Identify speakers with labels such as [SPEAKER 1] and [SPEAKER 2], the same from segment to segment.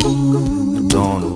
[SPEAKER 1] Don't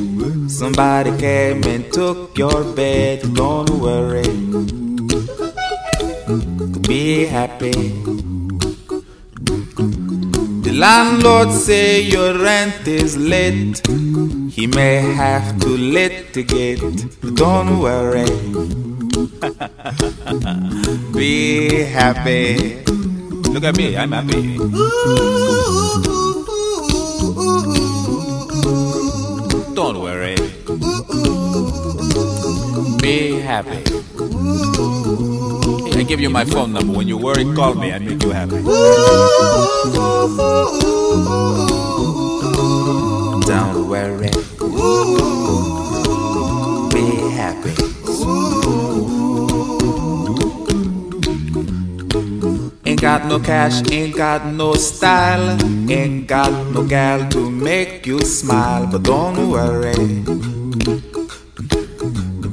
[SPEAKER 1] Somebody came and took your bed. Don't worry. Be happy. The landlord say your rent is late. He may have to litigate. Don't worry. Be happy. Look at me, I'm happy. Don't worry. Be happy. I give you my phone number. When you worry, call me. I make you happy. Don't worry. Be happy. Ain't got no cash, ain't got no style, ain't got no gal to make you smile. But don't worry,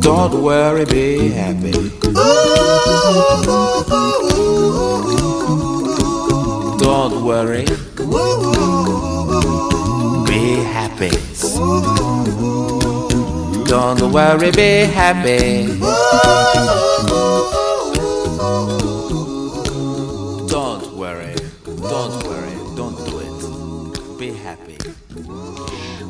[SPEAKER 1] Don't worry, be happy. Don't worry. Be happy. Don't worry, be happy. Don't worry. Don't worry. Don't do it. Be happy.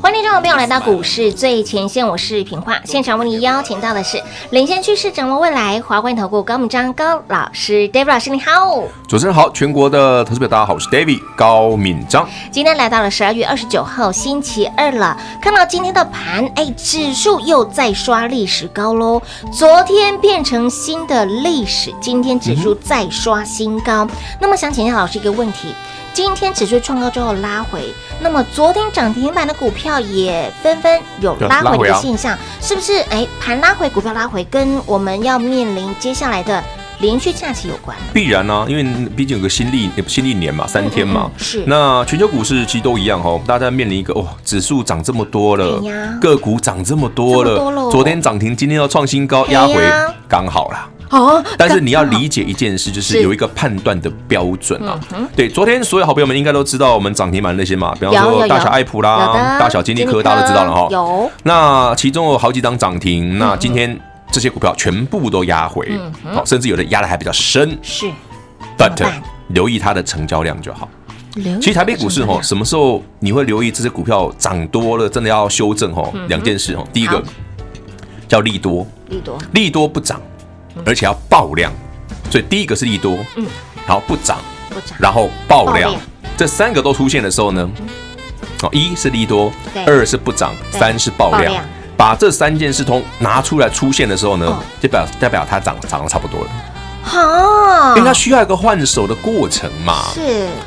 [SPEAKER 2] 欢迎听众朋友来到股市最前线，我是平化。现场为你邀请到的是领先趋势、掌握未来华冠投顾高敏章高老师，David 老师，你好。
[SPEAKER 3] 主持人好，全国的投资者大家好，我是 David 高敏章。
[SPEAKER 2] 今天来到了十二月二十九号星期二了，看到今天的盘，哎，指数又再刷历史高喽。昨天变成新的历史，今天指
[SPEAKER 3] 嗯
[SPEAKER 2] 数再刷新高。那么想请教老师一个问题：今天指数创高之后拉回，那么昨天涨停板的股票也纷纷有
[SPEAKER 3] 对
[SPEAKER 2] 拉
[SPEAKER 3] 拉
[SPEAKER 2] 回
[SPEAKER 3] 回
[SPEAKER 2] 的
[SPEAKER 3] 啊
[SPEAKER 2] 现象，是不是？哎，盘拉回，股票拉回，跟我们要面临接下来的连续假期有关呢？
[SPEAKER 3] 必然呢、啊因为毕竟有个新历呃新历年嘛，三天嘛
[SPEAKER 2] 嗯。嗯是
[SPEAKER 3] 那全球股市其实都一样哦，大家面临一个哦，指数涨这么多了
[SPEAKER 2] 哎呀，
[SPEAKER 3] 个股涨这么多
[SPEAKER 2] 这么多了
[SPEAKER 3] 了，昨天涨停，今天要创新高，
[SPEAKER 2] 哎呀
[SPEAKER 3] 压回刚好啦。
[SPEAKER 2] 哦，
[SPEAKER 3] 但是你要理解一件事，就是是有一个判断的标准啊
[SPEAKER 2] 嗯哼。
[SPEAKER 3] 对，昨天所有好朋友们应该都知道我们涨停板那些嘛，比方
[SPEAKER 2] 有有
[SPEAKER 3] 说
[SPEAKER 2] 有
[SPEAKER 3] 大小爱普
[SPEAKER 2] 有的
[SPEAKER 3] 啦、啊大小金利科，大家都知道了哈。
[SPEAKER 2] 有，
[SPEAKER 3] 那其中有好几档涨
[SPEAKER 2] 嗯
[SPEAKER 3] 停，那今天这些股票全部都压回，好，甚至有的压的还比较深。
[SPEAKER 2] 是
[SPEAKER 3] But
[SPEAKER 2] 嗯怎么办嗯
[SPEAKER 3] 留意它的成交量就好。
[SPEAKER 2] 留意
[SPEAKER 3] 其实台北股市
[SPEAKER 2] 嗯
[SPEAKER 3] 吼，什么时候你会留意这些股票涨多了，真的要修正吼？两件事吼，第一
[SPEAKER 2] 嗯好
[SPEAKER 3] 个叫利多，
[SPEAKER 2] 利多，
[SPEAKER 3] 利多不涨，而且要爆量，所以第一个是利多，
[SPEAKER 2] 嗯，
[SPEAKER 3] 然后不涨，
[SPEAKER 2] 不涨，
[SPEAKER 3] 然后爆
[SPEAKER 2] 爆
[SPEAKER 3] 量
[SPEAKER 2] 量，
[SPEAKER 3] 这三个都出现的时候呢，哦，一是利多
[SPEAKER 2] 对，
[SPEAKER 3] 二是不涨，
[SPEAKER 2] 对
[SPEAKER 3] 三是爆
[SPEAKER 2] 爆
[SPEAKER 3] 量
[SPEAKER 2] 量。
[SPEAKER 3] 把这三件事通拿出来出现的时候呢
[SPEAKER 2] 哦，
[SPEAKER 3] 就表代表它涨涨得差不多了，
[SPEAKER 2] 好，
[SPEAKER 3] 因为它需要一个换手的过程嘛。
[SPEAKER 2] 是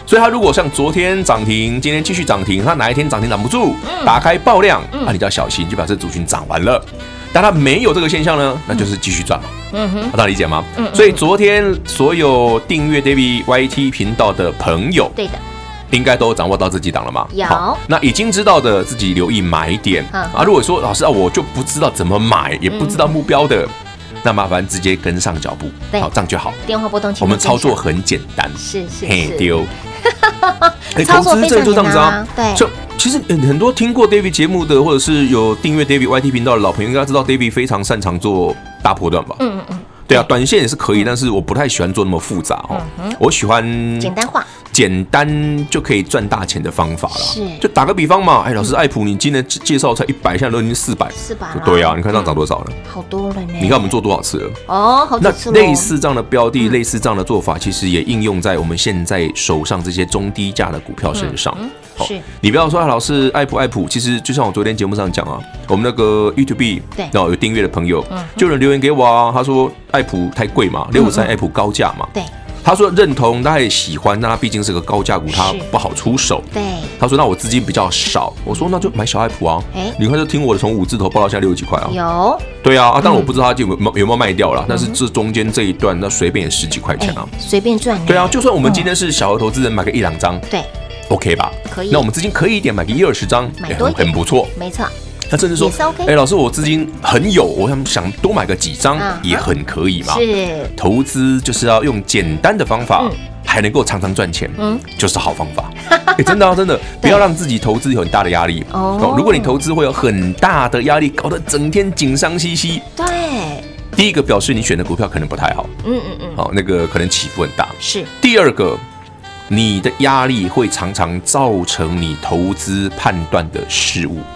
[SPEAKER 3] 所以它如果像昨天涨停，今天继续涨停，它哪一天涨停挡不住，
[SPEAKER 2] 嗯
[SPEAKER 3] 打开爆量，啊那你就要小心，就表示族群涨完了。但它没有这个现象呢，那就是继续赚嘛。嗯哼，大家理解吗？所以昨天所有订阅 David YT 频道的朋友，
[SPEAKER 2] 对的，
[SPEAKER 3] 应该都掌握到这几档了嘛？
[SPEAKER 2] 有
[SPEAKER 3] 好那已经知道的自己留意买点
[SPEAKER 2] 嗯
[SPEAKER 3] 啊。如果说老师啊，我就不知道怎么买，也不知道目标的，那麻烦直接跟上脚步，
[SPEAKER 2] 对
[SPEAKER 3] 好，这样就好。
[SPEAKER 2] 电话拨通，请
[SPEAKER 3] 我们
[SPEAKER 2] 你分
[SPEAKER 3] 操作
[SPEAKER 2] 享
[SPEAKER 3] 很简单，
[SPEAKER 2] 是是
[SPEAKER 3] 嘿
[SPEAKER 2] 是，
[SPEAKER 3] 丢。哎
[SPEAKER 2] 操作非常
[SPEAKER 3] 就这样子
[SPEAKER 2] 简单
[SPEAKER 3] 啊
[SPEAKER 2] 啊，对
[SPEAKER 3] 就其实嗯很多听过 David 节目的，或者是有订阅 David YT 频道的老朋友，应该知道 David 非常擅长做大波段吧？
[SPEAKER 2] 嗯嗯嗯，
[SPEAKER 3] 对啊，短线也是可以，但是我不太喜欢做那么复杂哦，
[SPEAKER 2] 嗯
[SPEAKER 3] 我喜欢
[SPEAKER 2] 简单化，
[SPEAKER 3] 简单就可以赚大钱的方法啦。
[SPEAKER 2] 是
[SPEAKER 3] 就打个比方嘛，哎，老师，艾普，你今天介介绍才一百，现在都已经四百，
[SPEAKER 2] 400啦
[SPEAKER 3] 对啊，你看上涨多少了？
[SPEAKER 2] 好多了呢。
[SPEAKER 3] 你看我们做多少次了？
[SPEAKER 2] 哦，好
[SPEAKER 3] 那
[SPEAKER 2] 几次咯嗯
[SPEAKER 3] 类似这样的标的，类似这样的做法，其实也应用在我们现在手上这些中低价的股票身上。好
[SPEAKER 2] 嗯是
[SPEAKER 3] 你不要说啊，老师爱普爱普，其实就像我昨天节目上讲啊，我们那个 YouTube
[SPEAKER 2] 对嗯
[SPEAKER 3] 然后有订阅的朋友，就有人留言给我啊，他说爱普太贵嘛，六五三爱普高价嘛，
[SPEAKER 2] 嗯对
[SPEAKER 3] 他说认同，他也喜欢，但他毕竟是个高价股，他
[SPEAKER 2] 是
[SPEAKER 3] 不好出手。
[SPEAKER 2] 对，
[SPEAKER 3] 他说：“那我资金比较少。”我说：“那就买小爱普啊
[SPEAKER 2] 哎！
[SPEAKER 3] 你看，就听我的，从五字头报到现在六十几块啊。
[SPEAKER 2] 有
[SPEAKER 3] 对啊，啊，但
[SPEAKER 2] 嗯
[SPEAKER 3] 我不知道它有没有有没有卖掉了，但是这中间这一段，那随便也十几块
[SPEAKER 2] 哎
[SPEAKER 3] 钱啊。，
[SPEAKER 2] 随便赚呢。
[SPEAKER 3] 对啊，就算我们今天是小额投资人买个一两张
[SPEAKER 2] 对，
[SPEAKER 3] ，OK 吧？
[SPEAKER 2] 嗯可以
[SPEAKER 3] 那我们资金可以一点，买个一二十张，
[SPEAKER 2] 买
[SPEAKER 3] 哎
[SPEAKER 2] 多一
[SPEAKER 3] 很
[SPEAKER 2] 点
[SPEAKER 3] 很不错。
[SPEAKER 2] 没错，
[SPEAKER 3] 那甚至说
[SPEAKER 2] 也是 OK，
[SPEAKER 3] 哎，老师，我资金很有，我想想多买个几张
[SPEAKER 2] 嗯
[SPEAKER 3] 也很可以嘛。
[SPEAKER 2] 是
[SPEAKER 3] 投资就是要用简单的方法
[SPEAKER 2] 嗯，
[SPEAKER 3] 还能够常常赚钱，
[SPEAKER 2] 嗯
[SPEAKER 3] 就是好方 法。哎，真的啊真的，不要让自己投资有很大的压力
[SPEAKER 2] 哦
[SPEAKER 3] 如果你投资会有很大的压力，搞得整天紧张兮兮，
[SPEAKER 2] 对，
[SPEAKER 3] 第一个表示你选的股票可能不太好，
[SPEAKER 2] 嗯嗯嗯，
[SPEAKER 3] 好，那个可能起伏很大。
[SPEAKER 2] 是
[SPEAKER 3] 第二个，你的压力会常常造成你投资判断的失误，
[SPEAKER 2] 哦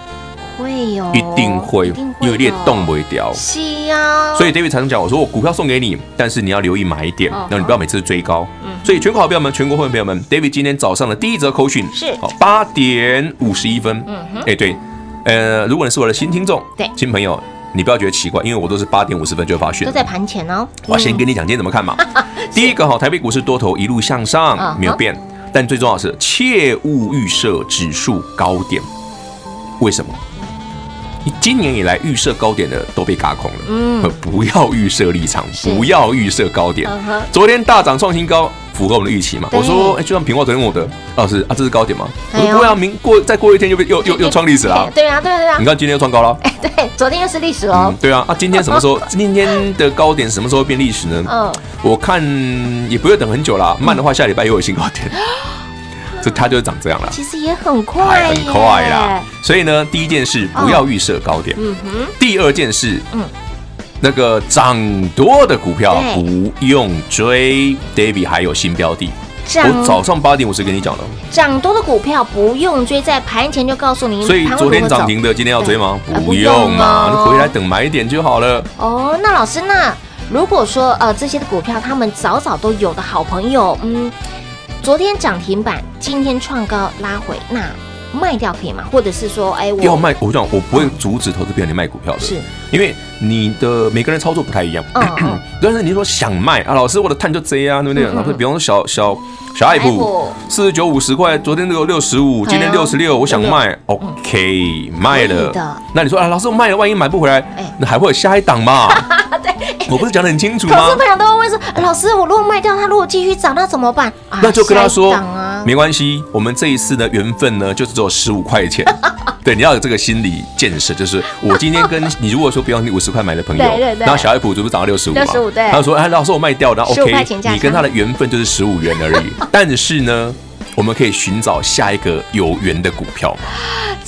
[SPEAKER 2] 会哦有，
[SPEAKER 3] 一定会，因为你也
[SPEAKER 2] 的
[SPEAKER 3] 动不了。
[SPEAKER 2] 哦是啊，
[SPEAKER 3] 所以 David 常常讲，我说我股票送给你，但是你要留意买点，
[SPEAKER 2] 哦嗯
[SPEAKER 3] 然后你不要每次追高。所以全国好朋友们、全国会员朋友们，David 今天早上的第一则口讯
[SPEAKER 2] 是
[SPEAKER 3] 好八点五十一分。
[SPEAKER 2] 嗯哼，
[SPEAKER 3] 哎，对，呃，如果你是我的新听众、
[SPEAKER 2] 对
[SPEAKER 3] 新朋友，你不要觉得奇怪，因为我都是八点五十分就会发讯
[SPEAKER 2] 都。在盘前哦。
[SPEAKER 3] 我先跟你讲今天怎 么看嘛。第一个哈，台北股市多头一路向
[SPEAKER 2] 嗯
[SPEAKER 3] 上，
[SPEAKER 2] 哼
[SPEAKER 3] 没有变。但最重要的是，切勿预设指数高点。为什么？你今年以来预设高点的都被嘎空了。
[SPEAKER 2] 嗯
[SPEAKER 3] 呃，不要预设立场，
[SPEAKER 2] 是
[SPEAKER 3] 不要预设高点。
[SPEAKER 2] 嗯哼，
[SPEAKER 3] 昨天大涨创新高，符合我们的预期嘛？
[SPEAKER 2] 对
[SPEAKER 3] 我说，哎、就像平话昨天问我的老师啊，这是高点吗？我
[SPEAKER 2] 哎
[SPEAKER 3] 说
[SPEAKER 2] 呦
[SPEAKER 3] 不会啊，明过再过一天又被又又又创历史了啊、
[SPEAKER 2] 对啊对啊对啊
[SPEAKER 3] 你，看今天又创高了啊、
[SPEAKER 2] 对，昨天又是历史
[SPEAKER 3] 嗯
[SPEAKER 2] 哦，，
[SPEAKER 3] 对啊，啊，今天什么 时候？今天的高点什么时候会变历史呢？
[SPEAKER 2] 嗯，
[SPEAKER 3] 我看也不会等很久啦，慢的话下礼拜又有新高 点，这它就长这样了，
[SPEAKER 2] 其实也很
[SPEAKER 3] 哎
[SPEAKER 2] 快，
[SPEAKER 3] 很快啦。。所以呢，第一件事不要预设高点，
[SPEAKER 2] 嗯哼，
[SPEAKER 3] 第二件事，
[SPEAKER 2] 嗯
[SPEAKER 3] 那个涨多的股票
[SPEAKER 2] 对
[SPEAKER 3] 不用追，David 还有新标的。我
[SPEAKER 2] 涨
[SPEAKER 3] 早上八点五十跟你讲的，
[SPEAKER 2] 涨多的股票不用追，在盘前就告诉你，
[SPEAKER 3] 所以
[SPEAKER 2] 盘后
[SPEAKER 3] 昨天
[SPEAKER 2] 如何走
[SPEAKER 3] 涨停的今天要追吗？
[SPEAKER 2] 对啊
[SPEAKER 3] 不用嘛，
[SPEAKER 2] 不用哦
[SPEAKER 3] 你回来等买点就好了。
[SPEAKER 2] 哦。那老师，那如果说呃这些的股票他们早早都有的好朋友，嗯，昨天涨停板，今天创高拉回，那卖掉可以吗？或者是说，哎，我
[SPEAKER 3] 要卖，我讲我不会阻止投资朋友你卖股票的，
[SPEAKER 2] 是
[SPEAKER 3] 因为你的每个人操作不太一样。
[SPEAKER 2] 嗯嗯
[SPEAKER 3] 但是你说想卖啊，老师我的碳就这样，对不对？
[SPEAKER 2] 嗯嗯
[SPEAKER 3] 老师，比方说小小小爱
[SPEAKER 2] 爱普
[SPEAKER 3] 普四十九五十块，昨天这个六十五，今天
[SPEAKER 2] 哎呦
[SPEAKER 3] 六十六，我想卖，OK
[SPEAKER 2] 嗯
[SPEAKER 3] 卖
[SPEAKER 2] 可以
[SPEAKER 3] 了
[SPEAKER 2] 的。
[SPEAKER 3] 那你说啊，老师我卖了，万一买不回
[SPEAKER 2] 哎
[SPEAKER 3] 来，那还会有下一档 嘛？我不是讲的很清楚
[SPEAKER 2] 投
[SPEAKER 3] 吗
[SPEAKER 2] 资？朋友都会问说，哎老师，我如果卖掉它，如果继续涨，那怎么办？啊
[SPEAKER 3] 那就跟他说
[SPEAKER 2] 下一档啊，
[SPEAKER 3] 没关系，我们这一次的缘分呢，就是只有十五块钱。 对，你要有这个心理建设，就是我今天跟你，如果说比方你五十块买的朋友
[SPEAKER 2] 对对，对
[SPEAKER 3] 然后小爱普是不是涨到六十五嘛？
[SPEAKER 2] 65对
[SPEAKER 3] 他说哎，老师我卖掉，然后
[SPEAKER 2] 15块
[SPEAKER 3] OK，
[SPEAKER 2] 钱价差
[SPEAKER 3] 你跟他的缘分就是十五元而 已。但是呢，我们可以寻找下一个有缘的股票嘛，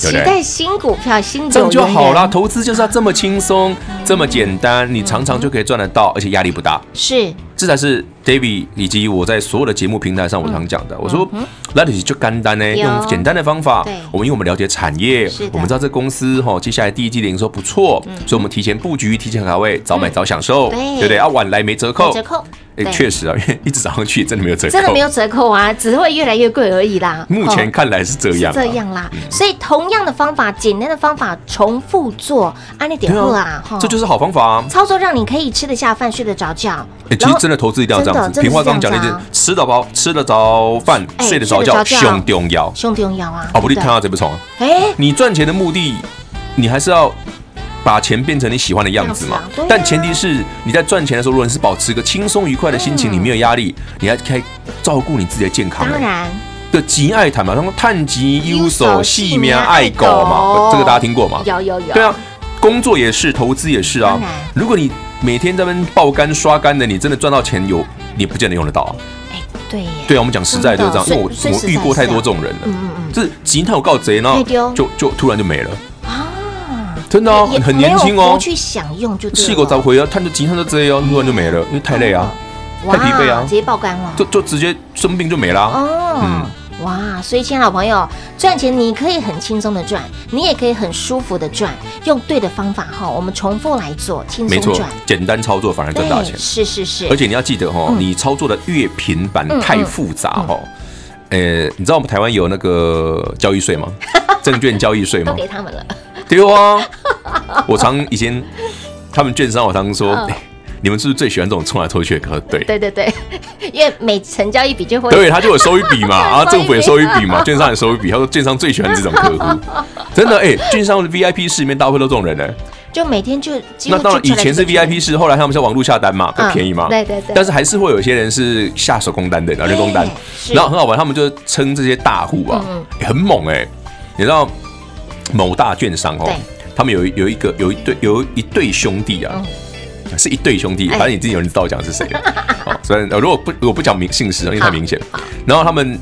[SPEAKER 3] 对
[SPEAKER 2] 期
[SPEAKER 3] 不对？
[SPEAKER 2] 待新股票，新
[SPEAKER 3] 这样
[SPEAKER 2] 有
[SPEAKER 3] 就
[SPEAKER 2] 缘
[SPEAKER 3] 好啦，
[SPEAKER 2] 人，
[SPEAKER 3] 投资就是要这么轻松，这么简单，你常常就可以赚得到，而且压力不大，
[SPEAKER 2] 是
[SPEAKER 3] 这才是 David 以及我在所有的节目平台上，我常讲的，我说那你就干单呢，
[SPEAKER 2] 嗯有
[SPEAKER 3] 用简单的方法
[SPEAKER 2] 对，
[SPEAKER 3] 我们因为我们了解产业
[SPEAKER 2] 是的，嗯
[SPEAKER 3] 我们知道这公司哈，接下来第一季的营收不错，所以我们提前布局，提前卡位，早买早享受，
[SPEAKER 2] 对
[SPEAKER 3] 对不对？啊，晚来没折
[SPEAKER 2] 有
[SPEAKER 3] 扣
[SPEAKER 2] 折，扣，
[SPEAKER 3] 哎，
[SPEAKER 2] 对
[SPEAKER 3] 确实啊，因为一直早上去真的没有折扣，
[SPEAKER 2] 真的没有折扣啊，只会越来越贵而已啦。
[SPEAKER 3] 目前
[SPEAKER 2] 哦
[SPEAKER 3] 看来是这
[SPEAKER 2] 是
[SPEAKER 3] 样啊，
[SPEAKER 2] 这样啦，所以同样的方法，简单的方法重复做，按你点
[SPEAKER 3] 对
[SPEAKER 2] 货
[SPEAKER 3] 啊
[SPEAKER 2] 啊，哈，
[SPEAKER 3] 这就是好方法啊。
[SPEAKER 2] 操作让你可以吃得下饭，睡得着觉。
[SPEAKER 3] 哎，其
[SPEAKER 2] 然
[SPEAKER 3] 实
[SPEAKER 2] 后
[SPEAKER 3] 真的投资一定要这样子。
[SPEAKER 2] 真的
[SPEAKER 3] 平话刚
[SPEAKER 2] 真
[SPEAKER 3] 讲
[SPEAKER 2] 的是
[SPEAKER 3] 的
[SPEAKER 2] 这
[SPEAKER 3] 是
[SPEAKER 2] 样子啊
[SPEAKER 3] 吃得饱、吃得着饭、
[SPEAKER 2] 哎
[SPEAKER 3] 睡得着
[SPEAKER 2] 睡
[SPEAKER 3] 觉，
[SPEAKER 2] 得着觉
[SPEAKER 3] 胸重要。
[SPEAKER 2] 兄弟用药啊，
[SPEAKER 3] 哦，不，你
[SPEAKER 2] 对
[SPEAKER 3] 看到这不从啊。
[SPEAKER 2] 对哎，
[SPEAKER 3] 你赚钱的目的，你还是要把钱变成你喜欢的样子嘛
[SPEAKER 2] 样子啊对啊。
[SPEAKER 3] 但前提是你在赚钱的时候，如果你是保持一个轻松愉快的心情，你没有压力，你还可以照顾你自己的健康
[SPEAKER 2] 当
[SPEAKER 3] 欸。
[SPEAKER 2] 然
[SPEAKER 3] 对，极爱谈嘛，他们探极优手细面爱狗嘛，这个大家听过吗？
[SPEAKER 2] 有嗯有有，
[SPEAKER 3] 对啊，工作也是，投资也是啊
[SPEAKER 2] 当然。
[SPEAKER 3] 如果你每天在那边爆肝刷肝的，你真的赚到钱有，你不见得用得到啊。
[SPEAKER 2] 哎，对耶，
[SPEAKER 3] 对啊，我们讲实在就是这样，因
[SPEAKER 2] 真
[SPEAKER 3] 为
[SPEAKER 2] 的
[SPEAKER 3] 我
[SPEAKER 2] 所以
[SPEAKER 3] 我
[SPEAKER 2] 所以
[SPEAKER 3] 遇过
[SPEAKER 2] 实在是
[SPEAKER 3] 太多
[SPEAKER 2] 这样
[SPEAKER 3] 这种人
[SPEAKER 2] 嗯
[SPEAKER 3] 了，
[SPEAKER 2] 嗯嗯
[SPEAKER 3] 就是吉他有告贼，然后
[SPEAKER 2] 对丢
[SPEAKER 3] 就就突然就没了。
[SPEAKER 2] 啊，
[SPEAKER 3] 真的、啊、
[SPEAKER 2] 也
[SPEAKER 3] 很很年轻
[SPEAKER 2] 没有
[SPEAKER 3] 哦
[SPEAKER 2] 不，去享用就对了
[SPEAKER 3] 细狗找回啊，探着吉他就这样、啊，突然就没了，因为太累啊，
[SPEAKER 2] 哦哇
[SPEAKER 3] 太疲惫啊
[SPEAKER 2] 直接爆肝了
[SPEAKER 3] 就。就直接生病就没啦、啊
[SPEAKER 2] 哦，
[SPEAKER 3] 嗯
[SPEAKER 2] 哇！所以，亲爱的老朋友，赚钱你可以很轻松的赚，你也可以很舒服的赚，用对的方法哈，我们重复来做，轻
[SPEAKER 3] 没
[SPEAKER 2] 松
[SPEAKER 3] 错
[SPEAKER 2] 赚，，
[SPEAKER 3] 简单操作反而赚大钱
[SPEAKER 2] 对，。是嗯是是，
[SPEAKER 3] 而且你要记得哦，你操作的越频繁、
[SPEAKER 2] 嗯
[SPEAKER 3] 太复杂哦。呃，你知道我们台湾有那个交 易税吗？证券交易税
[SPEAKER 2] 都
[SPEAKER 3] 吗？
[SPEAKER 2] 给他们了，
[SPEAKER 3] 对啊，我常以前他们券商，我常说，
[SPEAKER 2] 嗯
[SPEAKER 3] 哎你们是不是最喜欢这种冲来冲去的歌？对，
[SPEAKER 2] 对对对，因为每成交一笔就会
[SPEAKER 3] 对，他就有收一笔 嘛，啊，
[SPEAKER 2] 收一笔
[SPEAKER 3] 政府也收一笔嘛，券商也收一笔。他说券商最喜欢这种客 户，真的哎、券商的 VIP 室里面大部分都这种人呢、
[SPEAKER 2] 就每天就几乎
[SPEAKER 3] 那当然，
[SPEAKER 2] 就
[SPEAKER 3] 以
[SPEAKER 2] 出来
[SPEAKER 3] 前是
[SPEAKER 2] 就出来
[SPEAKER 3] VIP 室，后来他们是网络下单嘛，
[SPEAKER 2] 嗯
[SPEAKER 3] 更便宜嘛。
[SPEAKER 2] 对对对
[SPEAKER 3] 但是还是会有一些人是下手工单的，然后
[SPEAKER 2] 对
[SPEAKER 3] 人工单，
[SPEAKER 2] 是
[SPEAKER 3] 然后很好玩，他们就称这些大户啊
[SPEAKER 2] 嗯，
[SPEAKER 3] 欸很猛哎。你知道某大券商哦
[SPEAKER 2] 对，
[SPEAKER 3] 他们有一有一个有一对有一对兄弟啊。是一对兄弟，
[SPEAKER 2] 哎
[SPEAKER 3] 反正已经有人知道我讲的是谁 了。哦，虽然呃如果不我不讲明姓氏，因为
[SPEAKER 2] 啊
[SPEAKER 3] 太明显
[SPEAKER 2] 好好。
[SPEAKER 3] 然后他们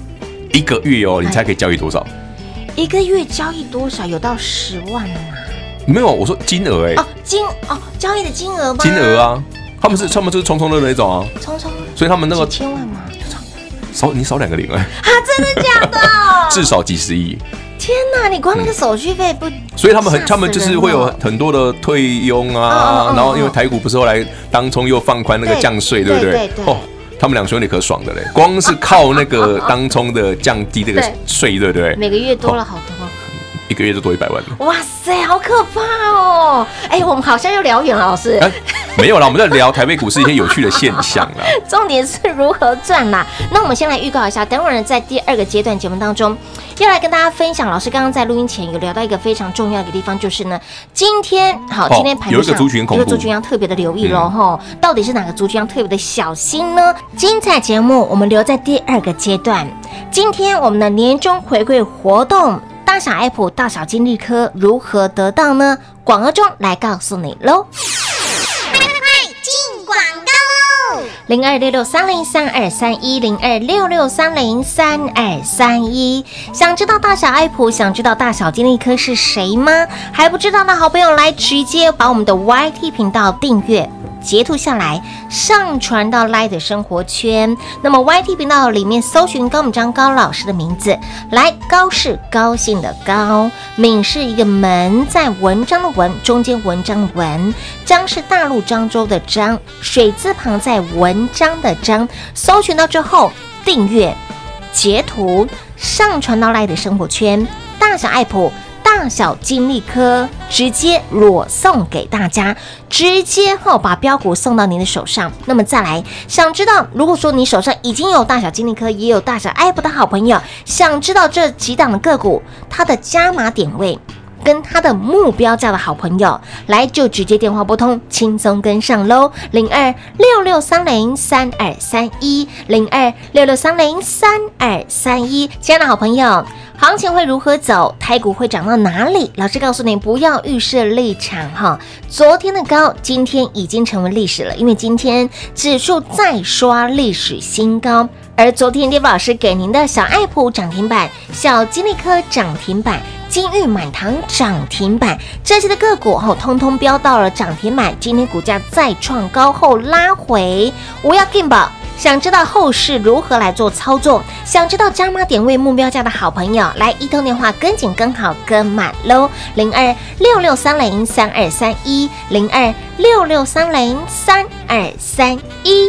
[SPEAKER 3] 一个月哦，你猜可以交易多少？
[SPEAKER 2] 哎一个月交易多少？有到十万吗？
[SPEAKER 3] 没有，我说金额哎
[SPEAKER 2] 哦，，金哦，交易的金额吗？
[SPEAKER 3] 金额，啊，他们是他们就是冲冲乐那一种啊，
[SPEAKER 2] 匆匆
[SPEAKER 3] 所以他们那个
[SPEAKER 2] 几千万吗？
[SPEAKER 3] 少你少两个零哎，
[SPEAKER 2] 真的假 的？
[SPEAKER 3] 至少几十亿，
[SPEAKER 2] 天哪，你光那个手续费不？
[SPEAKER 3] 所以他们很
[SPEAKER 2] 吓死
[SPEAKER 3] 他们就是会有
[SPEAKER 2] 人了
[SPEAKER 3] 很多的退佣
[SPEAKER 2] 嗯嗯嗯
[SPEAKER 3] 啊
[SPEAKER 2] 嗯，
[SPEAKER 3] 然后因为台股不是后来当冲又放宽那个
[SPEAKER 2] 对
[SPEAKER 3] 降税，对不
[SPEAKER 2] 对
[SPEAKER 3] 对
[SPEAKER 2] 对对？
[SPEAKER 3] 哦，他们两兄弟可爽的嘞，光是靠那个当冲的降低这个
[SPEAKER 2] 对
[SPEAKER 3] 税，对不对？
[SPEAKER 2] 每个月多了好多。
[SPEAKER 3] 一个月就多一百万了。
[SPEAKER 2] 哇塞，好可怕哦！哎、我们好像又聊远了，老师。
[SPEAKER 3] 哎，没有啦，我们在聊台北股市一些有趣的现象啊啦。
[SPEAKER 2] 重点是如何赚啦。那我们先来预告一下，等会儿呢在第二个阶段节目当中，要来跟大家分享。老师刚刚在录音前有聊到一个非常重要的地方，就是呢，今天好，
[SPEAKER 3] 哦
[SPEAKER 2] 今天盘面
[SPEAKER 3] 有
[SPEAKER 2] 上
[SPEAKER 3] 一个族群恐怖嗯
[SPEAKER 2] 有一个族群要特别的留意喽，吼、到底是哪个族群要特别的小心呢？精彩节目我们留在第二个阶段。今天我们的年终回馈活动，大小 app、大小金利科如何得到呢？广告中来告诉你喽。零二六六三零三二三一零二六六三零三二三一。想知道大小爱普，想知道大小金利科是谁吗？还不知道的好朋友来直接把我们的 YT 频道订阅。截图下来，上传到 Light 的生活圈。那么 YT 频道里面搜寻高敏章高老师的名字，来高是高兴的高，敏是一个门，在文章的文中间文章的文，章是大陆漳州的章，水字旁在文章的章。搜寻到之后，订阅截图上传到赖的生活圈，大小爱普。大小金利科直接裸送给大家，直接哈、把标股送到您的手上。那么再来，想知道如果说你手上已经有大小金利科，也有大小爱普的好朋友，想知道这几档的个股它的加码点位。跟他的目标价的好朋友来，就直接电话拨通，轻松跟上喽。零二六六三零三二三一，零二六六三零三二三一，亲爱的好朋友，行情会如何走？台股会涨到哪里？老师告诉你，不要预设立场哈。昨天的高，今天已经成为历史了，因为今天指数再刷历史新高。而昨天 d a 老师给您的小爱普涨停板、小金利科涨停板、金玉满堂涨停板这些的个股后，通通飙到了涨停板。今天股价再创高后拉回，我要 game 吧。
[SPEAKER 4] 想知道后市如何来做操作，想知道加码点位目标价的好朋友，来一通电话跟紧跟好跟满喽，零二六六三零三二三一零二六六三零三二三一。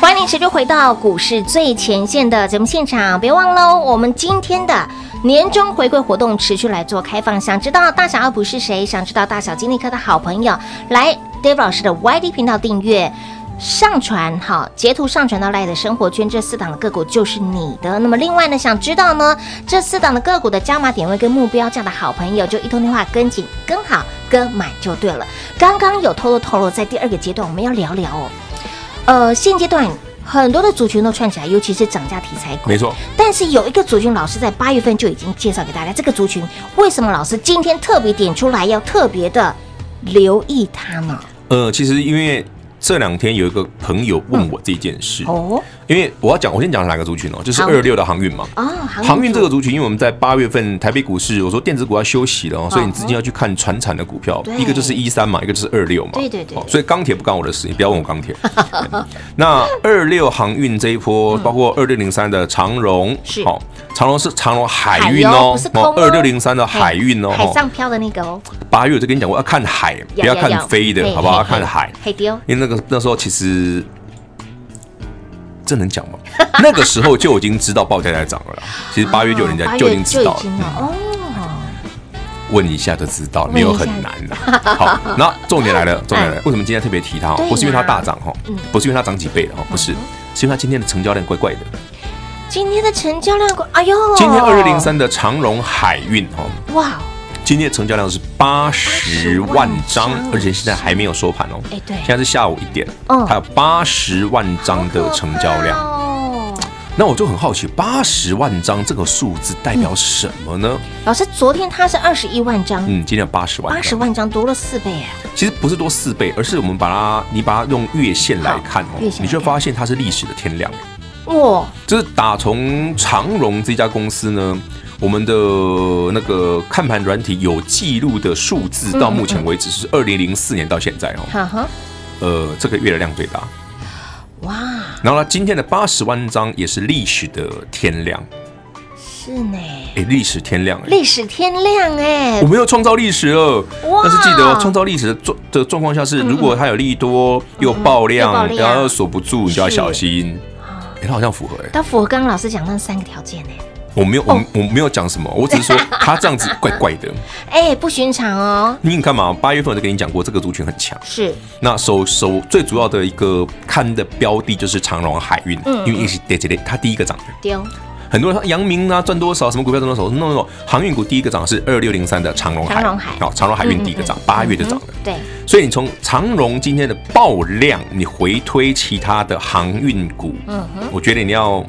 [SPEAKER 4] 欢迎持续回到股市最前线的节目现场，别忘喽，我们今天的年终回馈活动持续来做开放。想知道大小二普是谁？想知道大小金立科的好朋友，来 Dave 老师的 YD 频道订阅。上传好截图上传到赖的生活圈，这四档的个股就是你的。那么另外呢，想知道呢这四档的个股的加码点位跟目标价的好朋友，就一通电话跟紧跟好跟满就对了。刚刚有透露透露，在第二个阶段我们要聊聊哦，呃，现阶段很多的族群都串起来，尤其是涨价题材股。
[SPEAKER 3] 没错，
[SPEAKER 4] 但是有一个族群，老师在八月份就已经介绍给大家，这个族群为什么老师今天特别点出来，要特别的留意它呢？
[SPEAKER 3] 呃，其实因为这两天有一个朋友问我这件事，
[SPEAKER 4] 哦
[SPEAKER 3] 因为我要讲，我先讲哪个族群哦，就是
[SPEAKER 4] 好
[SPEAKER 3] 二六的航运嘛。
[SPEAKER 4] 哦，
[SPEAKER 3] 航运这
[SPEAKER 4] 个
[SPEAKER 3] 个族群，因为我们在八月份台北股市，我说电子股要休息了哦，所以你资金要去看船产的股票
[SPEAKER 4] 对，
[SPEAKER 3] 一个就是一三嘛，一个就是二六嘛。
[SPEAKER 4] 对对对
[SPEAKER 3] 哦所以钢铁不干我的事，你不要问我钢铁。 嗯那二六航运这一波，包括二六零三的长荣，
[SPEAKER 4] 嗯是
[SPEAKER 3] 好，长荣是长荣海运
[SPEAKER 4] 海哦
[SPEAKER 3] 哦
[SPEAKER 4] 不是空哦，哎
[SPEAKER 3] 二六零三的海运哦，
[SPEAKER 4] 海
[SPEAKER 3] 哦
[SPEAKER 4] 上漂的那个哦，
[SPEAKER 3] 八月我就跟你讲，我要看海，不
[SPEAKER 4] 有
[SPEAKER 3] 要
[SPEAKER 4] 有有
[SPEAKER 3] 看飞的
[SPEAKER 4] 嘿，
[SPEAKER 3] 好不好？要
[SPEAKER 4] 嘿嘿
[SPEAKER 3] 看海。
[SPEAKER 4] 嘿丢，
[SPEAKER 3] 因为那个那时候其实这能讲吗？ 那个时候就已经知道报价在涨了啦。其实八月就有人
[SPEAKER 4] 哦
[SPEAKER 3] 家
[SPEAKER 4] 八
[SPEAKER 3] 就已
[SPEAKER 4] 月
[SPEAKER 3] 经知道嗯
[SPEAKER 4] 就已经
[SPEAKER 3] 了，
[SPEAKER 4] 哦，
[SPEAKER 3] 问一下就知道了，
[SPEAKER 4] 问
[SPEAKER 3] 没
[SPEAKER 4] 一下
[SPEAKER 3] 有很难啦。好，那重点来 了，重点来了，为什么今天特别提它哦
[SPEAKER 4] 对？呀
[SPEAKER 3] 不是因为它大涨哈
[SPEAKER 4] 嗯，
[SPEAKER 3] 不是因为它涨几倍了哈，哦不是，是因为它今天的成交量怪怪的。
[SPEAKER 4] 今天的成交量，哎呦，
[SPEAKER 3] 今天二六零，三的长荣海运哈，
[SPEAKER 4] 哇，
[SPEAKER 3] 今天的成交量是八十万张
[SPEAKER 4] 80万张，
[SPEAKER 3] 而且现在还没有收盘哦。
[SPEAKER 4] 哎对
[SPEAKER 3] 现在是下午一点，
[SPEAKER 4] 嗯
[SPEAKER 3] 它有八十万张的成交量。
[SPEAKER 4] 哦。
[SPEAKER 3] 那我就很好奇，八十万张这个数字代表什么呢？
[SPEAKER 4] 老师，昨天它是二十一万张，
[SPEAKER 3] 嗯，今天八十万，
[SPEAKER 4] 八十，万张多了四倍哎，
[SPEAKER 3] 其实不是多四倍，而是我们把它，你把它用月线来看哦
[SPEAKER 4] 好月线来，看
[SPEAKER 3] 你就会发现它是历史的天量。
[SPEAKER 4] 哇，
[SPEAKER 3] 就是打从长荣这家公司呢，我们的那个看盘软体有记录的数字，到目前为止是二零零四年到现在哦，
[SPEAKER 4] 嗯哈哈，
[SPEAKER 3] 呃，这个月的量最大。
[SPEAKER 4] 哇，
[SPEAKER 3] 然后呢，今天的八十万张也是历史的天量，
[SPEAKER 4] 是呢。
[SPEAKER 3] 诶，历史天量，诶
[SPEAKER 4] 历史天亮哎、
[SPEAKER 3] 我们又创造历史了。
[SPEAKER 4] 哇嗯
[SPEAKER 3] 但是记得哦，创造历史的状的状况下是，如果它有利多又爆
[SPEAKER 4] 又嗯爆
[SPEAKER 3] 量，
[SPEAKER 4] 量
[SPEAKER 3] 然后又锁不住，你就要小心。诶它好像符合哎，
[SPEAKER 4] 它符合刚刚老师讲那三个条件哎、
[SPEAKER 3] 我没有，我我没有讲什么，我只是说它这样子怪怪的。
[SPEAKER 4] 哎、不寻常哦，
[SPEAKER 3] 你看嘛，八月份我就跟你讲过，这个族群很强。
[SPEAKER 4] 是
[SPEAKER 3] 那首首最主要
[SPEAKER 4] 嗯
[SPEAKER 3] 的一个看的标的就是长荣海运，因为一直跌跌跌，它第一个涨的。
[SPEAKER 4] 丢
[SPEAKER 3] 很多人说阳明啊赚多少，什么股票赚多少，no no no，航运股第一个涨的是二六零三的长荣海，哦
[SPEAKER 4] 长荣海嗯
[SPEAKER 3] 好，长荣海运第一个涨，八月就涨了。
[SPEAKER 4] 对，
[SPEAKER 3] 所以你从长荣今天的爆量，你回推其他的航运股，
[SPEAKER 4] 嗯
[SPEAKER 3] 我觉得你要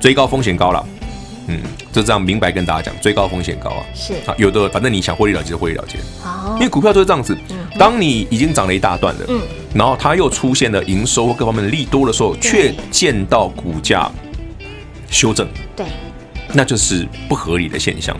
[SPEAKER 3] 追高风险高了，嗯，就这样明白跟大家讲，追高风险高啊，
[SPEAKER 4] 是
[SPEAKER 3] 啊，有的反正你想获利了结就获利了结，
[SPEAKER 4] 哦
[SPEAKER 3] 因，为股票就是这样子，当你已经涨了一大段了，
[SPEAKER 4] 嗯
[SPEAKER 3] 然后它又出现了营收或各方面的利多的时候，却见到股价修正，
[SPEAKER 4] 对，嗯
[SPEAKER 3] 那就是不合理的现象。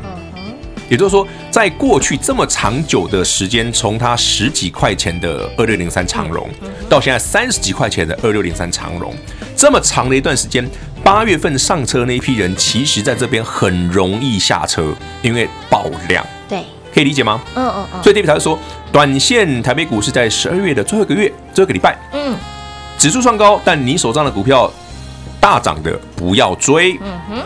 [SPEAKER 3] 也就是说，在过去这么长久的时间，从它十几块钱的二六零三长荣，
[SPEAKER 4] 嗯
[SPEAKER 3] 到现在三十几块钱的二六零三长荣，这么长的一段时间，八月份上车那一批人，其实在这边很容易下车，因为爆量，
[SPEAKER 4] 对，
[SPEAKER 3] 可以理解吗？
[SPEAKER 4] 嗯嗯嗯，
[SPEAKER 3] 所以 David 才会说，短线台北股市在十二月的最后一个月、最后一个礼拜，
[SPEAKER 4] 嗯，
[SPEAKER 3] 指数创高，但你手上的股票大涨的不要追。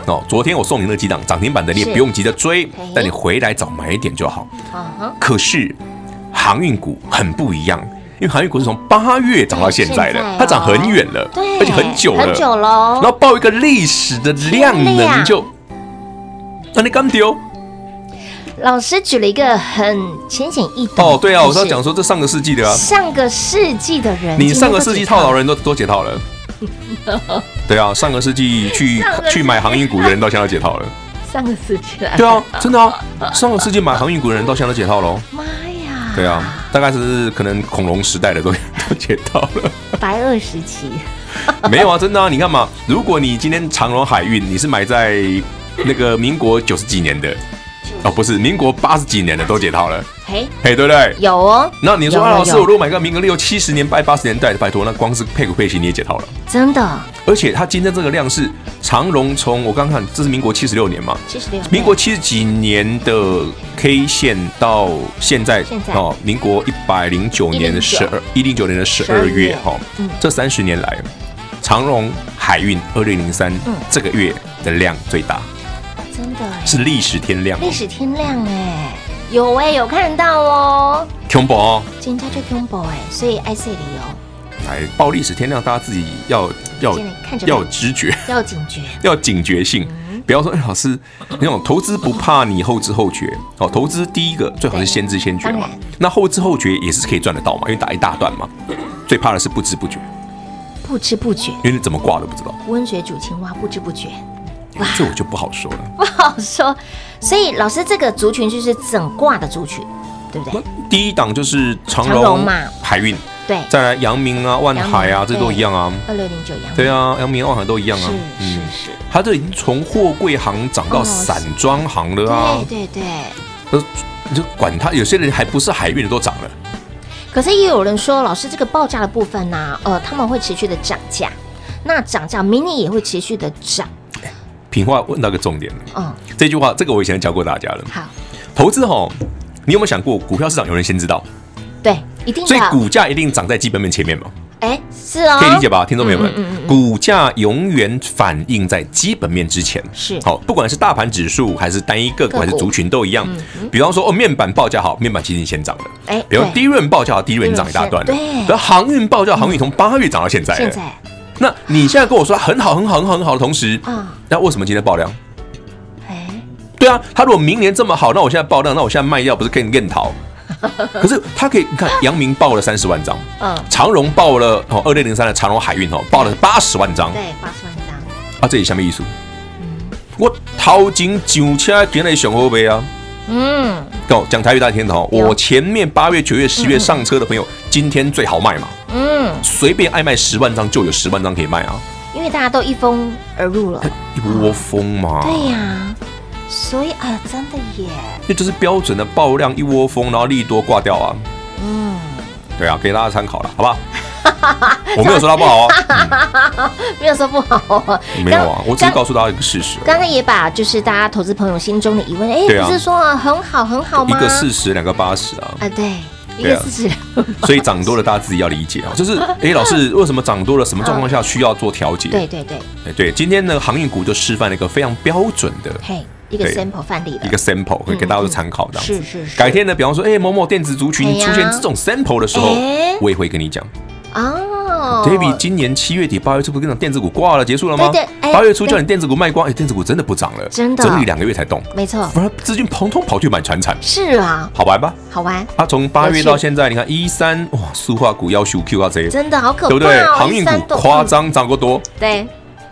[SPEAKER 3] 哦，昨天我送你那几档涨停板的，你也
[SPEAKER 4] 嗯是
[SPEAKER 3] 不用急着追
[SPEAKER 4] 嘿，
[SPEAKER 3] 但你回来找买点就好。
[SPEAKER 4] 嗯哼，
[SPEAKER 3] 可是航运股很不一样。因为航运股是从八月涨到现在的
[SPEAKER 4] 现在哦，
[SPEAKER 3] 它涨很远了，
[SPEAKER 4] 啊对，
[SPEAKER 3] 而且很久了，
[SPEAKER 4] 很久哦喽
[SPEAKER 3] 然，后爆一个历史的量
[SPEAKER 4] 天量
[SPEAKER 3] 能就，那你刚丢
[SPEAKER 4] 老师举了一个很浅显易 懂
[SPEAKER 3] 哦，对啊，我是要讲说
[SPEAKER 4] 说
[SPEAKER 3] 这上个世纪的啊，
[SPEAKER 4] 上个世纪的人，
[SPEAKER 3] 你上个世纪套牢
[SPEAKER 4] 人，
[SPEAKER 3] 人都都解套 了，对啊，上个世纪去
[SPEAKER 4] 上个世纪
[SPEAKER 3] 去买航运股的人到现在都解套了，
[SPEAKER 4] 上个世纪的，
[SPEAKER 3] 对啊，真的 啊，上个世纪买航运股的人到现在都解套喽，
[SPEAKER 4] 妈哎呀，
[SPEAKER 3] 对啊，大概是可能恐龙时代的都 都解套了，
[SPEAKER 4] 白垩时期，
[SPEAKER 3] 没有啊，真的啊，你看嘛，如果你今天长荣海运你是买在那个民国九十几年的，哦不是民国八十几年的都解套了，
[SPEAKER 4] 嘿，
[SPEAKER 3] 嘿对不对？
[SPEAKER 4] 有哦，
[SPEAKER 3] 那你说
[SPEAKER 4] 有
[SPEAKER 3] 啊，
[SPEAKER 4] 有
[SPEAKER 3] 老师，
[SPEAKER 4] 有
[SPEAKER 3] 我如果买个民国六七十年代、八十年代的，拜托，那光是配股配息你也解套了。
[SPEAKER 4] 真的
[SPEAKER 3] 而且它今天这个量是长荣从我刚看，这是民国七十六年嘛，
[SPEAKER 4] 七十六，
[SPEAKER 3] 民国七十几年的 K 线到现在
[SPEAKER 4] 现在
[SPEAKER 3] 哦，民国一百零九年的十二一零九年的十二月
[SPEAKER 4] 12
[SPEAKER 3] 哈、哦，这三十年来，长荣海运二零零三
[SPEAKER 4] 嗯
[SPEAKER 3] 这个月的量最大，
[SPEAKER 4] 真的哎
[SPEAKER 3] 是历史天量、哦
[SPEAKER 4] 历。史天亮哎，有哎，有看到哦，
[SPEAKER 3] 熊宝、哦，
[SPEAKER 4] 金价最 combo 哎，所以爱这里哦，
[SPEAKER 3] 来报历史天量，大家自己要要
[SPEAKER 4] 现在看着
[SPEAKER 3] 要有
[SPEAKER 4] 办
[SPEAKER 3] 直觉。
[SPEAKER 4] 要警觉，
[SPEAKER 3] 要警觉性，
[SPEAKER 4] 嗯
[SPEAKER 3] 不要说哎，老师那种投资不怕你后知后觉哦。投资第一个最好是先知先觉
[SPEAKER 4] 当
[SPEAKER 3] 嘛
[SPEAKER 4] 然，
[SPEAKER 3] 那后知后觉也是可以赚得到嘛，因为打一大段嘛。最怕的是不知不觉，
[SPEAKER 4] 不知不觉，
[SPEAKER 3] 因为你怎么挂都不知道，
[SPEAKER 4] 温水煮青蛙，不知不觉。
[SPEAKER 3] 这我就不好说了。
[SPEAKER 4] 好说，所以老师这个族群就是整挂的族群，对
[SPEAKER 3] 嗯
[SPEAKER 4] 不对？
[SPEAKER 3] 第一档就是长
[SPEAKER 4] 长荣
[SPEAKER 3] 荣
[SPEAKER 4] 嘛
[SPEAKER 3] 海运，
[SPEAKER 4] 对，
[SPEAKER 3] 再来阳明啊、万海
[SPEAKER 4] 阳
[SPEAKER 3] 啊，
[SPEAKER 4] 明
[SPEAKER 3] 这都一样啊。
[SPEAKER 4] 二六零九阳，
[SPEAKER 3] 对啊，阳明、万海都一样啊。
[SPEAKER 4] 是是是，
[SPEAKER 3] 它这已经从货柜行涨到
[SPEAKER 4] 哦
[SPEAKER 3] 散装行了啊
[SPEAKER 4] 对，对对。
[SPEAKER 3] 都你就管它，有些人还不是海运的都涨了。
[SPEAKER 4] 可是也有人说，老师这个报价的部分呢、呃，他们会持续的涨价，那涨价明年也会持续的涨，
[SPEAKER 3] 品话问到个重点了。
[SPEAKER 4] 嗯，
[SPEAKER 3] 这句话，这个我以前教过大家了。
[SPEAKER 4] 好，
[SPEAKER 3] 投资吼，你有没有想过，股票市场有人先知道，
[SPEAKER 4] 对，一定
[SPEAKER 3] 所以
[SPEAKER 4] 的，
[SPEAKER 3] 股价一定涨在基本面前面嘛？
[SPEAKER 4] 哎，是哦，
[SPEAKER 3] 可以理解吧，听众朋友们
[SPEAKER 4] 嗯嗯嗯？
[SPEAKER 3] 股价永远反映在基本面之前。
[SPEAKER 4] 是
[SPEAKER 3] 好，不管是大盘指数，还是单一个股，
[SPEAKER 4] 个股
[SPEAKER 3] 还是族群都一
[SPEAKER 4] 嗯
[SPEAKER 3] 样。比方说，哦，面板报价好，面板其实已经先涨了。
[SPEAKER 4] 哎
[SPEAKER 3] 比方
[SPEAKER 4] 对
[SPEAKER 3] 低润报价好，低润已经涨一大段了。
[SPEAKER 4] 低润是对
[SPEAKER 3] 然后航运报价，航运从八月涨到现在了。
[SPEAKER 4] 现在
[SPEAKER 3] 那你现在跟我说它很好、很好、很好、很好的同时
[SPEAKER 4] 嗯，
[SPEAKER 3] 那为什么今天爆量？
[SPEAKER 4] 哎，
[SPEAKER 3] 对啊，他如果明年这么好，那我现在爆量，那我现在卖掉不是更更 逃？可是他可以，你看阳明爆了三十万张，
[SPEAKER 4] 嗯，
[SPEAKER 3] 长荣爆了哦，二六零三的长荣海运哦，爆了八十万张
[SPEAKER 4] 对，嗯八十万张，
[SPEAKER 3] 啊，这里下面意思，我掏金上车点了熊后背啊，
[SPEAKER 4] 嗯
[SPEAKER 3] 哦，讲台语大家听的哦，
[SPEAKER 4] 有
[SPEAKER 3] 我前面八月、九月、十月上车的朋友，今天最好卖嘛，
[SPEAKER 4] 嗯，
[SPEAKER 3] 随便爱卖十万张就有十万张可以卖啊，
[SPEAKER 4] 因为大家都一风而入了，
[SPEAKER 3] 哎一窝蜂嘛，
[SPEAKER 4] 对呀、所以啊，真的耶，
[SPEAKER 3] 这就是标准的爆量一窝蜂，然后利多挂掉啊。嗯，对啊，给大家参考了，好 吧？我没有说它不好啊，
[SPEAKER 4] 没有说不好哦，
[SPEAKER 3] 没有啊
[SPEAKER 4] 刚，
[SPEAKER 3] 我只是告诉大家一个事实而已，啊
[SPEAKER 4] 刚才也把就是大家投资朋友心中的疑问，哎、
[SPEAKER 3] 对啊
[SPEAKER 4] 不是说啊很好很好
[SPEAKER 3] 一
[SPEAKER 4] 吗？
[SPEAKER 3] 个四十，两个八十啊，
[SPEAKER 4] 啊，对，一
[SPEAKER 3] 对
[SPEAKER 4] 个
[SPEAKER 3] 啊
[SPEAKER 4] 四十，
[SPEAKER 3] 所以涨多了大家自己要理解啊。就是，哎，老师，为什么涨多了？什么状况下需要做调节？
[SPEAKER 4] 对对对，
[SPEAKER 3] 哎对，今天呢，航运股就示范了一个非常标准的
[SPEAKER 4] 嘿，一个
[SPEAKER 3] 对
[SPEAKER 4] sample 范例了，
[SPEAKER 3] 一个 sample，会给大家做参考这样子。
[SPEAKER 4] 嗯是是是，
[SPEAKER 3] 改天呢，比方说，哎，某某电子族群
[SPEAKER 4] 哎呀
[SPEAKER 3] 出现这种 sample 的时候
[SPEAKER 4] 哎，
[SPEAKER 3] 我也会跟你讲。
[SPEAKER 4] 哦，哦
[SPEAKER 3] David 今年七月底八月初不是跟你讲电子股挂了结束了吗？
[SPEAKER 4] 对对哎
[SPEAKER 3] 八月初叫你电子股卖光，哎，电子股真的不涨了，
[SPEAKER 4] 真的
[SPEAKER 3] 整理两个月才动，
[SPEAKER 4] 没错，
[SPEAKER 3] 不然资金通通跑去买船产，
[SPEAKER 4] 是啊，
[SPEAKER 3] 好玩吧？
[SPEAKER 4] 好玩，
[SPEAKER 3] 啊，从八
[SPEAKER 4] 有
[SPEAKER 3] 月
[SPEAKER 4] 趣
[SPEAKER 3] 到现在，你看一三哇，塑化股要修 Q 啊贼，
[SPEAKER 4] 真的好可怕、哦，
[SPEAKER 3] 对不对？
[SPEAKER 4] 一
[SPEAKER 3] 航运
[SPEAKER 4] 三
[SPEAKER 3] 股
[SPEAKER 4] 多
[SPEAKER 3] 夸，张涨过多，
[SPEAKER 4] 嗯对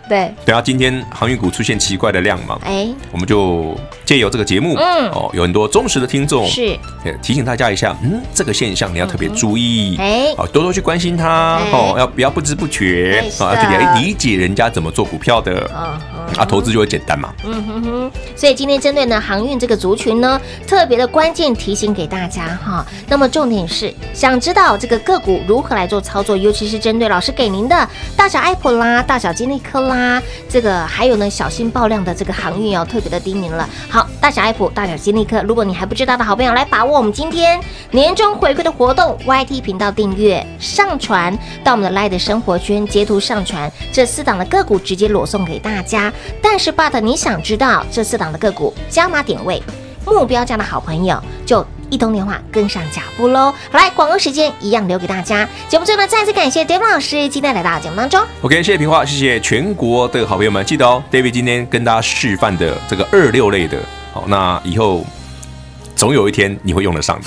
[SPEAKER 4] 对，
[SPEAKER 3] 等下今天航运股出现奇怪的量嘛，
[SPEAKER 4] 哎，
[SPEAKER 3] 我们就借由这个节目，
[SPEAKER 4] 嗯
[SPEAKER 3] 哦，有很多忠实的听众
[SPEAKER 4] 是
[SPEAKER 3] 哎提醒大家一下，嗯，这个现象你要特别注意，
[SPEAKER 4] 哎
[SPEAKER 3] 哦，多多去关心它
[SPEAKER 4] 哎，
[SPEAKER 3] 哦，要不要不知不觉
[SPEAKER 4] 哎是，的
[SPEAKER 3] 啊，而且你要理解人家怎么做股票的，
[SPEAKER 4] 嗯哼
[SPEAKER 3] 啊，投资就会简单嘛。
[SPEAKER 4] 嗯哼哼，所以今天针对呢航运这个族群呢，特别的关键提醒给大家哈。那么重点是，想知道这个个股如何来做操作，尤其是针对老师给您的大小 Apple 啦、大小金利科啦，这个还有呢小心爆量的这个航运要特别的低迷了。好，大小 Apple、大小金利科，如果你还不知道的好朋友，来把握我们今天年终回馈的活动，YT 频道订阅上传到我们的 Light 的生活圈截图上传，这四档的个股直接裸送给大家。但是 But 你想知道这四档的个股加码点位、目标价的好朋友，就一通电话跟上脚步喽。好来，广告时间一样留给大家。节目最后呢，再次感谢 David 老师今天来到节目当中。
[SPEAKER 3] OK，谢谢平话，谢谢全国的好朋友们，记得哦，David 今天跟大家示范的这个二六类的，好，那以后总有一天你会用得上的。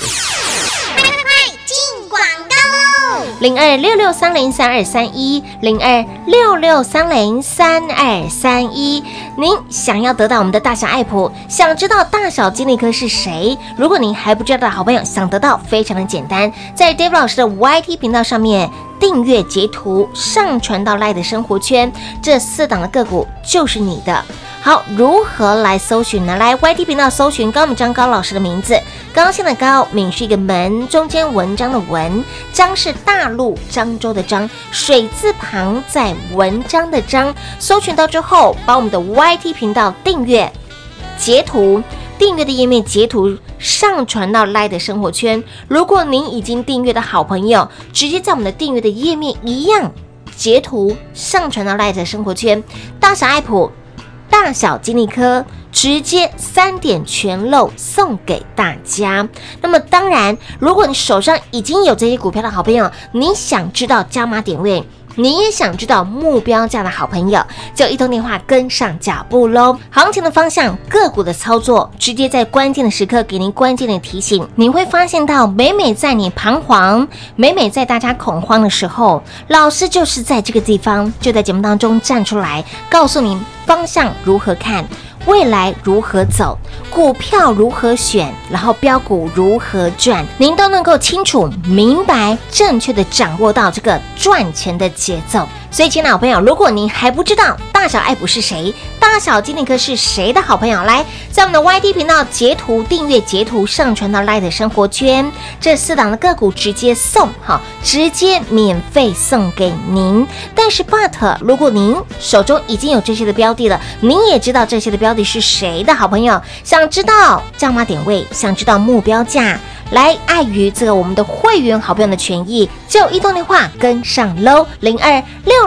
[SPEAKER 5] 进广告喽！
[SPEAKER 4] 零二六六三零三二三一，零二六六三零三二三一。您想要得到我们的大小爱普，想知道大小精理科是谁？如果您还不知道的好朋友，想得到非常的简单，在 Dave 老师的 YT 频道上面订阅截图，上传到 Light 的生活圈，这四档的个股就是你的。好，如何来搜寻呢？来 YT 频道搜寻高敏章高老师的名字，高兴的高，敏是一个门，中间文章的文，章是大陆漳州的章，水字旁在文章的章。搜寻到之后，把我们的 YT 频道订阅、截图。订阅的页面截图上传到 Light E 的生活圈。如果您已经订阅的好朋友，直接在我们的订阅的页面一样截图上传到 Light E 的生活圈。大小爱普大小精理科，直接三点全漏送给大家。那么当然，如果你手上已经有这些股票的好朋友，你想知道加码点位。你也想知道目标价的好朋友，就一通电话跟上脚步喽。行情的方向、个股的操作，直接在关键的时刻给您关键的提醒。你会发现到，每每在你彷徨，每每在大家恐慌的时候，老师就是在这个地方，就在节目当中站出来，告诉您方向如何看。未来如何走，股票如何选，然后标股如何赚，您都能够清楚、明白、正确的掌握到这个赚钱的节奏。所以，亲爱的好朋友，如果您还不知道大小爱普是谁，大小精灵科是谁的好朋友，来在我们的 YT 频道截图、订阅截图上传到 Light 生活圈，这四档的个股直接送哈，直接免费送给您。但是，but 如果您手中已经有这些的标的了，您也知道这些的标的是谁的好朋友，想知道价码点位，想知道目标价，来碍于这个我们的会员好朋友的权益，就一通电话跟上喽，零二六